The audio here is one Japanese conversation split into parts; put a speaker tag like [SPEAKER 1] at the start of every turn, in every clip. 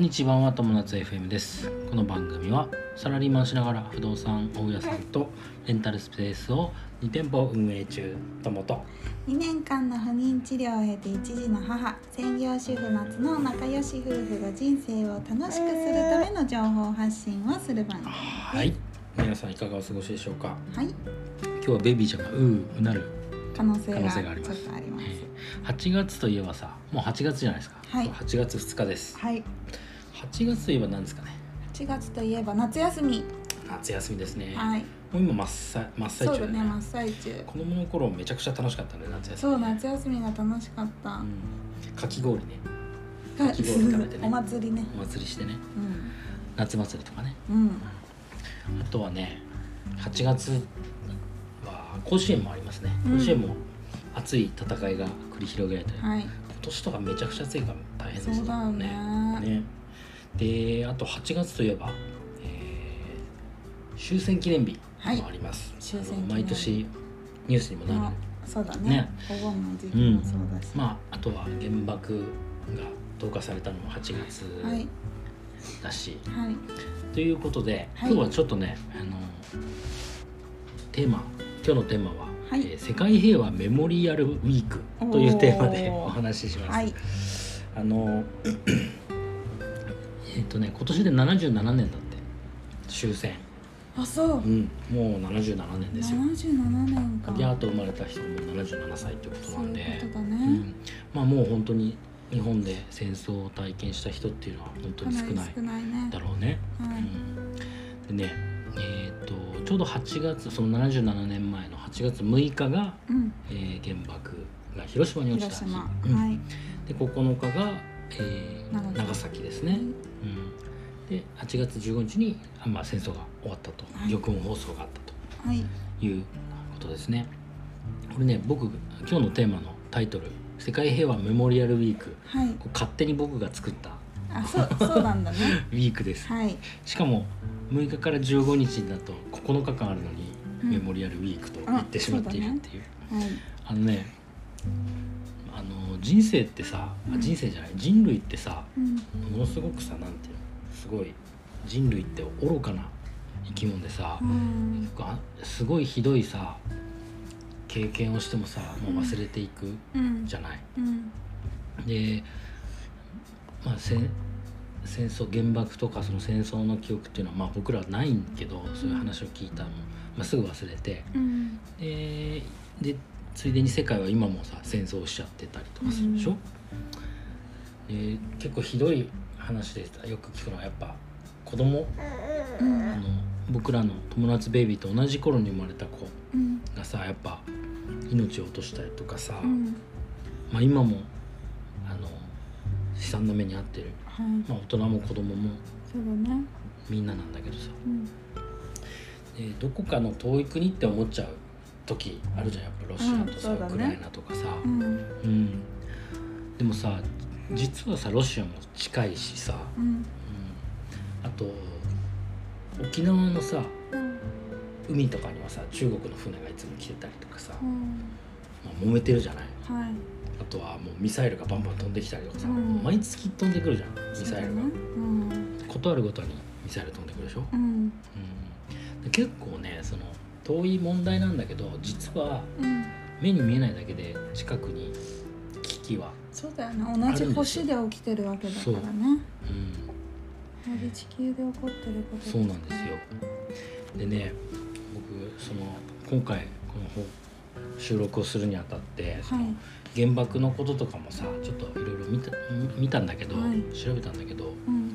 [SPEAKER 1] にちは友達 FM ですこの番組はサラリーマンしながら不動産大家さんとレンタルスペースを2店舗運営中友と
[SPEAKER 2] 2年間の不妊治療を経て一児の母専業主婦夏の仲良し夫婦が人生を楽しくするための情報発信をする番組
[SPEAKER 1] はい皆さんいかがお過ごしでしょうか
[SPEAKER 2] はい
[SPEAKER 1] 今日はベビーちゃんがうーうなる
[SPEAKER 2] 可能性
[SPEAKER 1] 可能
[SPEAKER 2] が
[SPEAKER 1] 性
[SPEAKER 2] ちょ
[SPEAKER 1] があ
[SPEAKER 2] っ
[SPEAKER 1] り
[SPEAKER 2] と
[SPEAKER 1] ます
[SPEAKER 2] あります
[SPEAKER 1] 8月といえばさもう8月じゃないですか、
[SPEAKER 2] はい
[SPEAKER 1] 8月2日です
[SPEAKER 2] はい
[SPEAKER 1] 8月といえば何ですかね
[SPEAKER 2] 8月といえば夏休み
[SPEAKER 1] 夏休みですね、
[SPEAKER 2] はい
[SPEAKER 1] もう今真っ最真っ最
[SPEAKER 2] そう
[SPEAKER 1] 中
[SPEAKER 2] だね真っ最中
[SPEAKER 1] 子供の頃めちゃくちゃ楽しかったね夏休み
[SPEAKER 2] そう夏休みが楽しかった
[SPEAKER 1] うんかき氷ね
[SPEAKER 2] は
[SPEAKER 1] かき氷食べてね
[SPEAKER 2] お祭りね
[SPEAKER 1] お祭りしてね
[SPEAKER 2] うん
[SPEAKER 1] 夏祭りとかね
[SPEAKER 2] うん
[SPEAKER 1] あとはね8月は甲子園もありますね
[SPEAKER 2] うん
[SPEAKER 1] 甲子園も熱い戦いが繰り広げられたり、今
[SPEAKER 2] はい
[SPEAKER 1] 年とかめちゃくちゃ暑いから大変
[SPEAKER 2] そ
[SPEAKER 1] です
[SPEAKER 2] うだよね
[SPEAKER 1] ねであと8月といえば、えー終戦記念日
[SPEAKER 2] はい
[SPEAKER 1] もあります、
[SPEAKER 2] 終戦記
[SPEAKER 1] あの
[SPEAKER 2] 念日
[SPEAKER 1] 毎年ニュースにもなる、
[SPEAKER 2] まあそうだね
[SPEAKER 1] ね
[SPEAKER 2] お盆の時期もそうだし、
[SPEAKER 1] まああとは原爆が投下されたのも8月
[SPEAKER 2] はい
[SPEAKER 1] だし、
[SPEAKER 2] はい
[SPEAKER 1] ということで、
[SPEAKER 2] はい
[SPEAKER 1] 今日はちょっとねあのテーマ今日のテーマは、
[SPEAKER 2] はい
[SPEAKER 1] えー世界平和メモリアルウィーク」というテーマで
[SPEAKER 2] おー
[SPEAKER 1] お話しします。
[SPEAKER 2] はい
[SPEAKER 1] あの えっとね今年で77年だって終戦、
[SPEAKER 2] あそう
[SPEAKER 1] うん、もう77年ですよ。
[SPEAKER 2] 77年か
[SPEAKER 1] ビャーと生まれた人も77歳ってこと
[SPEAKER 2] そ
[SPEAKER 1] な
[SPEAKER 2] うい
[SPEAKER 1] ん
[SPEAKER 2] う
[SPEAKER 1] で
[SPEAKER 2] ことだ
[SPEAKER 1] う
[SPEAKER 2] ね、
[SPEAKER 1] ん、まあもう本当に日本で戦争を体験した人っていうのは本当
[SPEAKER 2] か
[SPEAKER 1] に少
[SPEAKER 2] なり
[SPEAKER 1] ない
[SPEAKER 2] 少ないね
[SPEAKER 1] だろうね。
[SPEAKER 2] はい、
[SPEAKER 1] うんでねえー、とちょうど8月その77年前の8月6日が、
[SPEAKER 2] うん、
[SPEAKER 1] えー原爆が広島に落ち
[SPEAKER 2] 広
[SPEAKER 1] た日、
[SPEAKER 2] 島、
[SPEAKER 1] うん
[SPEAKER 2] はい、
[SPEAKER 1] で9日が、えー
[SPEAKER 2] 長
[SPEAKER 1] 長
[SPEAKER 2] 崎
[SPEAKER 1] 崎ですね、うん、で8月15日にあ、まあ、戦争が終わったと、
[SPEAKER 2] はい
[SPEAKER 1] 玉音放送があった
[SPEAKER 2] はい、
[SPEAKER 1] ということですねこれね僕今日のテーマのタイトル「世界平和メモリアルウィーク
[SPEAKER 2] はい」、
[SPEAKER 1] これ勝手に僕が作った
[SPEAKER 2] あ、そう、そうなん だね。
[SPEAKER 1] ウィークです
[SPEAKER 2] はい、
[SPEAKER 1] しかも6日から15日だと9日間あるのに、
[SPEAKER 2] うん
[SPEAKER 1] メモリアルウィークと言ってしまっているっていう
[SPEAKER 2] はい、
[SPEAKER 1] あのねあの人生ってさ、あ
[SPEAKER 2] うん
[SPEAKER 1] 人生じゃない人類ってさ
[SPEAKER 2] うん、
[SPEAKER 1] ものすごくさなんていうのすごい人類って愚かな生き物でさ、
[SPEAKER 2] うん、
[SPEAKER 1] あすごいひどいさ経験をしてもさもう忘れていく
[SPEAKER 2] うん、
[SPEAKER 1] じゃない。
[SPEAKER 2] うん、
[SPEAKER 1] で、まあ、戦戦争原爆とかその戦争の記憶っていうのは、まあ、僕らはないんけどそういう話を聞いたの、まあ、すぐ忘れて
[SPEAKER 2] うん、
[SPEAKER 1] ででついでに世界は今もさ戦争をしちゃってたりとかするでしょ、で結構ひどい話でよく聞くのはやっぱ子供
[SPEAKER 2] う
[SPEAKER 1] あ
[SPEAKER 2] ん、
[SPEAKER 1] の僕らの友達ベイビーと同じ頃に生まれた子
[SPEAKER 2] うん、
[SPEAKER 1] がさやっぱ命を落としたりとかさ、
[SPEAKER 2] うん、
[SPEAKER 1] まあ、今もあの悲惨な目に遭ってる、
[SPEAKER 2] はい、
[SPEAKER 1] まあ、大人も子供も
[SPEAKER 2] そうだね。
[SPEAKER 1] みんななんだけどさ、
[SPEAKER 2] うん、
[SPEAKER 1] でどこかの遠い国って思っちゃう時あるじゃんやっぱロシアとさ、
[SPEAKER 2] うんそうだ
[SPEAKER 1] ウ
[SPEAKER 2] ね
[SPEAKER 1] クライナとかさ、
[SPEAKER 2] うん、
[SPEAKER 1] うん、でもさ実はさロシアも近いしさ、
[SPEAKER 2] うん、
[SPEAKER 1] うん、あと沖縄のさ
[SPEAKER 2] うん、
[SPEAKER 1] 海とかにはさ中国の船がいつも来てたりとかさ、
[SPEAKER 2] うん、
[SPEAKER 1] まあ、揉めてるじゃない
[SPEAKER 2] はい、
[SPEAKER 1] あとはもうミサイルがバンバン飛んできたりとかさ、
[SPEAKER 2] うん
[SPEAKER 1] 毎月飛んでくるじゃんミサ
[SPEAKER 2] そう
[SPEAKER 1] イルが
[SPEAKER 2] だね。うん、
[SPEAKER 1] ことあるごとにミサイル飛んでくるでしょ、
[SPEAKER 2] うん、
[SPEAKER 1] うん、で結構ねその遠い問題なんだけど実は
[SPEAKER 2] うん、
[SPEAKER 1] 目に見えないだけで近くに危機は、
[SPEAKER 2] そうだよね。同じ星で起きてるわけだからね。
[SPEAKER 1] うん、
[SPEAKER 2] 同じ地球で起こってること。
[SPEAKER 1] そうなんですよ。でね僕その今回このほ収録をするにあたってそ
[SPEAKER 2] は
[SPEAKER 1] の
[SPEAKER 2] い。
[SPEAKER 1] 原爆のこととかもさちょっといろいろ見た見たんだけど、
[SPEAKER 2] はい
[SPEAKER 1] 調べたんだけど
[SPEAKER 2] うん、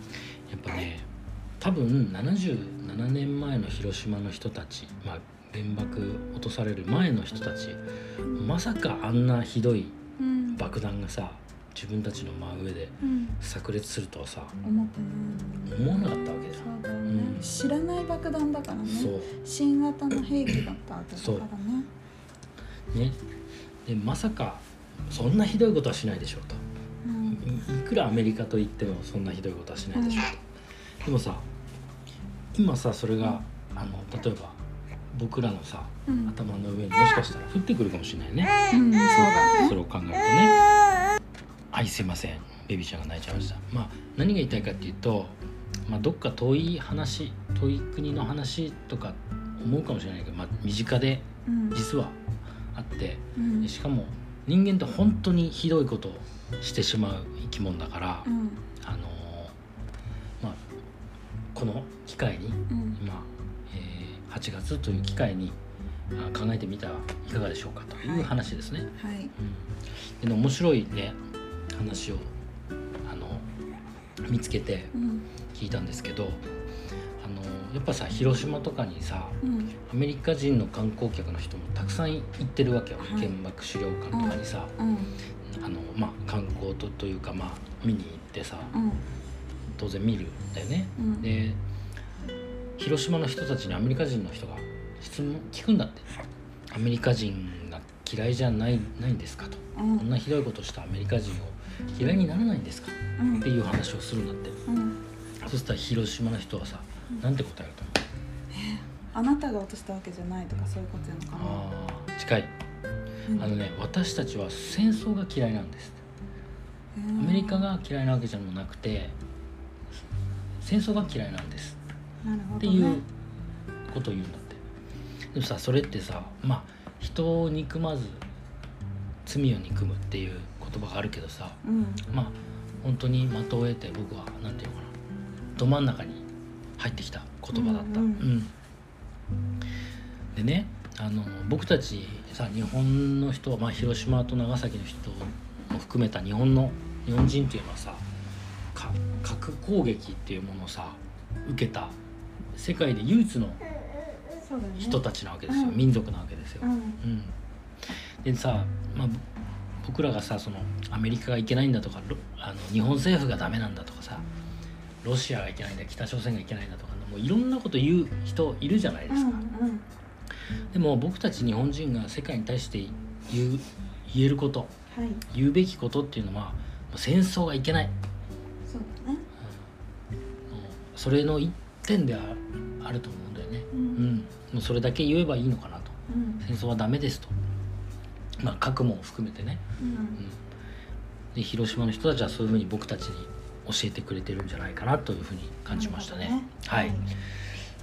[SPEAKER 1] やっぱね多分77年前の広島の人たち、まあ、原爆落とされる前の人たちまさかあんなひどい
[SPEAKER 2] うん、
[SPEAKER 1] 爆弾がさ自分たちの真上で
[SPEAKER 2] うん、
[SPEAKER 1] 炸裂するとはさ
[SPEAKER 2] 思ってない。
[SPEAKER 1] 思わなかったわけ
[SPEAKER 2] そ
[SPEAKER 1] じゃん。
[SPEAKER 2] うだよね、
[SPEAKER 1] うん
[SPEAKER 2] 知らない爆弾だからね
[SPEAKER 1] そう
[SPEAKER 2] 新型の兵器だったわけだからね
[SPEAKER 1] ね、でまさかそんなひどいことはしないでしょうと
[SPEAKER 2] う、ん、
[SPEAKER 1] いいくらアメリカといってもそんなひどいことはしないでしょうと、でもさ今さそれがあの例えば僕らのさ
[SPEAKER 2] うん、
[SPEAKER 1] 頭の上にもしかしたら降ってくるかもしれないね
[SPEAKER 2] うん、そうだね
[SPEAKER 1] それを考えるとね「はいすいませんベビーちゃんが泣いちゃいました、まあ、何が言いたいかっていうと、まあ、どっか遠い話遠い国の話とか思うかもしれないけど、まあ、身近で
[SPEAKER 2] うん
[SPEAKER 1] 実はあって
[SPEAKER 2] うん
[SPEAKER 1] しかも人間って本当にひどいことをしてしまう生き物だから、
[SPEAKER 2] うん
[SPEAKER 1] あのーまあ、この機会に
[SPEAKER 2] うん
[SPEAKER 1] 今、えー8月という機会にあ考えてみたらいかがでしょうかという話ですね。
[SPEAKER 2] はい
[SPEAKER 1] うん、でも面白いね話をあの見つけて
[SPEAKER 2] うん
[SPEAKER 1] 聞いたんですけどあのやっぱさ広島とかにさ
[SPEAKER 2] うん
[SPEAKER 1] アメリカ人の観光客の人もたくさん行ってるわけよ、
[SPEAKER 2] はい
[SPEAKER 1] 原爆資料館とかにさ、
[SPEAKER 2] うん
[SPEAKER 1] あのまあ、観光とというか、まあ、見に行ってさ
[SPEAKER 2] うん
[SPEAKER 1] 当然見るんだよね。
[SPEAKER 2] うん
[SPEAKER 1] で広島の人たちにアメリカ人の人が質問聞くんだって「アメリカ人が嫌いじゃないないんですか?」と
[SPEAKER 2] う
[SPEAKER 1] 「こん
[SPEAKER 2] ん
[SPEAKER 1] なひどいことしたアメリカ人を嫌いにならないんですか?」
[SPEAKER 2] うん
[SPEAKER 1] っていう話をするんだって
[SPEAKER 2] うん
[SPEAKER 1] そしたら広島の人はさなんて答えると
[SPEAKER 2] あなたが落としたわけじゃないとかそういうことなのかな
[SPEAKER 1] 思うあー近い
[SPEAKER 2] うん
[SPEAKER 1] あのね私たちは戦争が嫌いなんです
[SPEAKER 2] へ
[SPEAKER 1] ア
[SPEAKER 2] ー
[SPEAKER 1] メリカが嫌いなわけじゃなくて戦争が嫌いなんです
[SPEAKER 2] なるほどね
[SPEAKER 1] っていうことを言うんだってでもさそれってさまあ人を憎まず罪を憎むっていう言葉があるけどさ
[SPEAKER 2] うん
[SPEAKER 1] まあ本当に的を得て僕は何て言うのかなど真ん中に入ってきた言葉だった、
[SPEAKER 2] うんうん
[SPEAKER 1] うんでねあの僕たちさ日本の人は、まあ、広島と長崎の人も含めた日本の日本人っていうのはさか核攻撃っていうものをさ受けた世界で唯一の
[SPEAKER 2] そうだよね
[SPEAKER 1] 人たちなわけですよ、
[SPEAKER 2] うん
[SPEAKER 1] 民族なわけですよ
[SPEAKER 2] う。ん
[SPEAKER 1] うん、でさ、まあ、ぼ僕らがさそのアメリカがいけないんだとかロあの日本政府がダメなんだとかさロシアがいけないんだ北朝鮮がいけないんだとかもういろんなこと言う人いるじゃないで
[SPEAKER 2] う
[SPEAKER 1] す
[SPEAKER 2] ん
[SPEAKER 1] か、
[SPEAKER 2] うん
[SPEAKER 1] でも僕たち日本人が世界に対して言う言えること
[SPEAKER 2] はい
[SPEAKER 1] 言うべきことっていうのはもう戦争がいけない、うん
[SPEAKER 2] そうだね
[SPEAKER 1] それの一点ではあると思うんだよね、
[SPEAKER 2] う
[SPEAKER 1] うん、もうそれだけ言えばいいのかなと
[SPEAKER 2] うん
[SPEAKER 1] 戦争はダメですと、まあ、核も含めてね、
[SPEAKER 2] うん
[SPEAKER 1] で広島の人たちはそういうふうに僕たちに教えてくれてるんじゃないかなというふうに感じました
[SPEAKER 2] な
[SPEAKER 1] ね。
[SPEAKER 2] るほどね
[SPEAKER 1] はい、
[SPEAKER 2] はい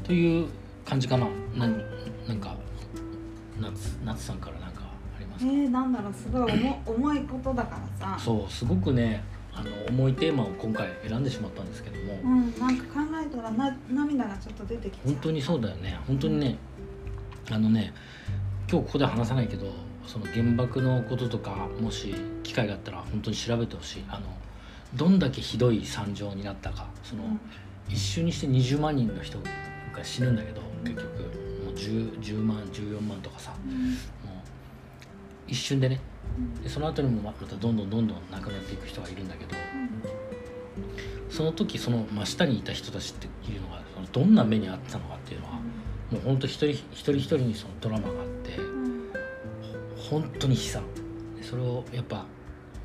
[SPEAKER 1] という感じかな。ななんか夏夏さんからなんかありま
[SPEAKER 2] え
[SPEAKER 1] すか、
[SPEAKER 2] ー、なんだろうすごい重重いことだからさ
[SPEAKER 1] そうすごくねあの重いテーマを今回選んでしまったんですけども、
[SPEAKER 2] うん、なんか考えたらな涙がちょっと出てきちゃう
[SPEAKER 1] 本当にそうだよね本当にねあのね今日ここでは話さないけどその原爆のこととかもし機会があったら本当に調べてほしいあのどんだけひどい惨状になったかその、
[SPEAKER 2] うん
[SPEAKER 1] 一瞬にして20万人の人が死ぬんだけど結局もう 10, 10万14万とかさも
[SPEAKER 2] うん
[SPEAKER 1] う一瞬でねでその後にもままたどんどんどんどん亡くなっていく人がいるんだけどその時その真下にいた人たちっていうのがそのどんな目に遭ったのかっていうのはもう本当一人一人一人にそのドラマがあって
[SPEAKER 2] うん
[SPEAKER 1] 本当に悲惨でそれをやっぱ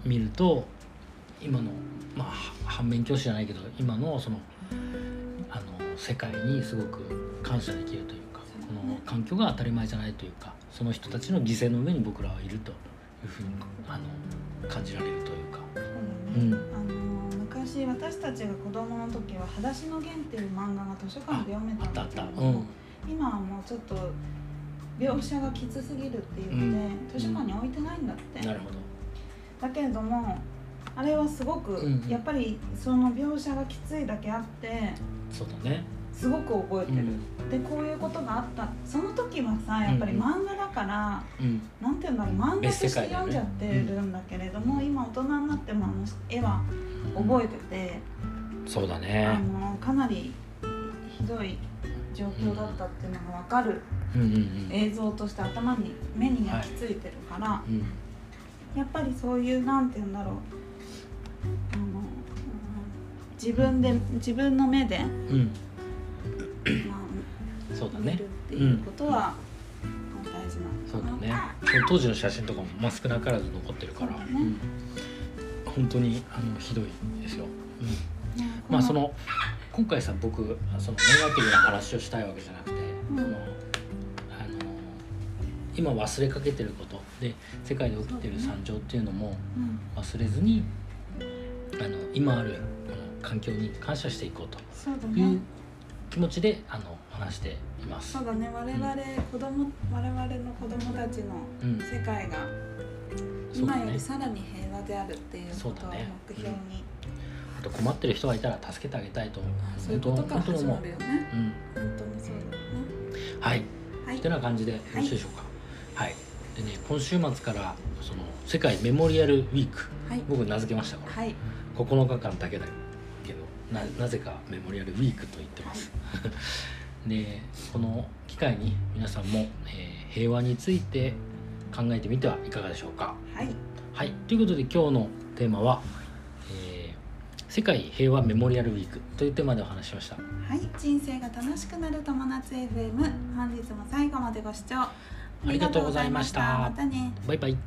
[SPEAKER 1] 見ると今のまあは反面教師じゃないけど今のそのあの世界にすごく感謝できるというかこの環境が当たり前じゃないというかその人たちの犠牲の上に僕らはいるというふうにあの感じられるというか。
[SPEAKER 2] そう
[SPEAKER 1] う
[SPEAKER 2] だね
[SPEAKER 1] ん
[SPEAKER 2] あの昔私たちが子供の時は「裸足の弦」っていう漫画が図書館で読め
[SPEAKER 1] あ
[SPEAKER 2] たん
[SPEAKER 1] った
[SPEAKER 2] だ
[SPEAKER 1] あっ
[SPEAKER 2] けど
[SPEAKER 1] た、うん、
[SPEAKER 2] 今はもうちょっと描写がきつすぎるっていうので、図書館に置いてないんだって
[SPEAKER 1] なるほど
[SPEAKER 2] だけれどもあれはすごく、
[SPEAKER 1] うん
[SPEAKER 2] やっぱりその描写がきついだけあって
[SPEAKER 1] そうだね、
[SPEAKER 2] すごく覚え
[SPEAKER 1] う
[SPEAKER 2] てる、
[SPEAKER 1] ん
[SPEAKER 2] でこういうことがあったその時はさやっぱり
[SPEAKER 1] うん
[SPEAKER 2] 漫画だから、
[SPEAKER 1] うん、
[SPEAKER 2] なんていうんだろう漫画として
[SPEAKER 1] 別世界だ
[SPEAKER 2] 読ん
[SPEAKER 1] よね
[SPEAKER 2] じゃってるんだけれども、今大人になってもあの絵は覚えてて、
[SPEAKER 1] そうだ
[SPEAKER 2] あ
[SPEAKER 1] ね、
[SPEAKER 2] のかなりひどい状況だったっていうのが分かる
[SPEAKER 1] うんうんうん
[SPEAKER 2] 映像として頭に目に焼き付いてるから、
[SPEAKER 1] うん、
[SPEAKER 2] やっぱりそういうなんていうんだろうあの、うん自分で自分の 目で、ま
[SPEAKER 1] うん、
[SPEAKER 2] あ、
[SPEAKER 1] そうだ
[SPEAKER 2] 見
[SPEAKER 1] ね
[SPEAKER 2] るっていうことは、大事な
[SPEAKER 1] そ
[SPEAKER 2] の
[SPEAKER 1] うだ
[SPEAKER 2] かな。
[SPEAKER 1] ね当時の写真とかもまあ少なからず残ってるから、
[SPEAKER 2] そうだね
[SPEAKER 1] うん本当にあのひどいですよ、うん
[SPEAKER 2] ね
[SPEAKER 1] まあそ、の今回さ僕そのネガティブな話をしたいわけじゃなくて、
[SPEAKER 2] ん
[SPEAKER 1] そのあの今忘れかけてることで世界で起きてる惨状っていうのも
[SPEAKER 2] うん
[SPEAKER 1] 忘れずにああの今あるこの環境に感謝していこうと
[SPEAKER 2] そうだ
[SPEAKER 1] い
[SPEAKER 2] ね
[SPEAKER 1] う気持ちであの話しています
[SPEAKER 2] そう。だね我々子供我々の子供たちの
[SPEAKER 1] うん、
[SPEAKER 2] 世界が
[SPEAKER 1] そうだ
[SPEAKER 2] 今よ
[SPEAKER 1] ね
[SPEAKER 2] り。さらに平和であるっていう
[SPEAKER 1] そ
[SPEAKER 2] こ
[SPEAKER 1] う
[SPEAKER 2] と
[SPEAKER 1] だ
[SPEAKER 2] を
[SPEAKER 1] ね
[SPEAKER 2] 目標に
[SPEAKER 1] あと困ってる人がいたら助けてあげたいと思う。
[SPEAKER 2] そういうことから
[SPEAKER 1] 本当に
[SPEAKER 2] 始
[SPEAKER 1] 思
[SPEAKER 2] ま
[SPEAKER 1] う
[SPEAKER 2] る。よね
[SPEAKER 1] うん、
[SPEAKER 2] 本当にそうだよね
[SPEAKER 1] はい。
[SPEAKER 2] はい
[SPEAKER 1] ってな感じでよろしいでしょうか。はい。でね今週末からその世界メモリアルウィーク
[SPEAKER 2] はい
[SPEAKER 1] 僕名付けましたから。
[SPEAKER 2] はい
[SPEAKER 1] 9日間だけだけどななぜかメモリアルウィークと言ってます。でこの機会に皆さんも、えー平和について考えてみてはいかがでしょうか。
[SPEAKER 2] はい
[SPEAKER 1] はい、ということで今日のテーマは、えー世界平和メモリアルウィーク」というテーマでお話ししました
[SPEAKER 2] はい、人生が楽しくなる友達 FM 本日も最後までご視聴あ
[SPEAKER 1] りがとうございました
[SPEAKER 2] またね
[SPEAKER 1] バイバイ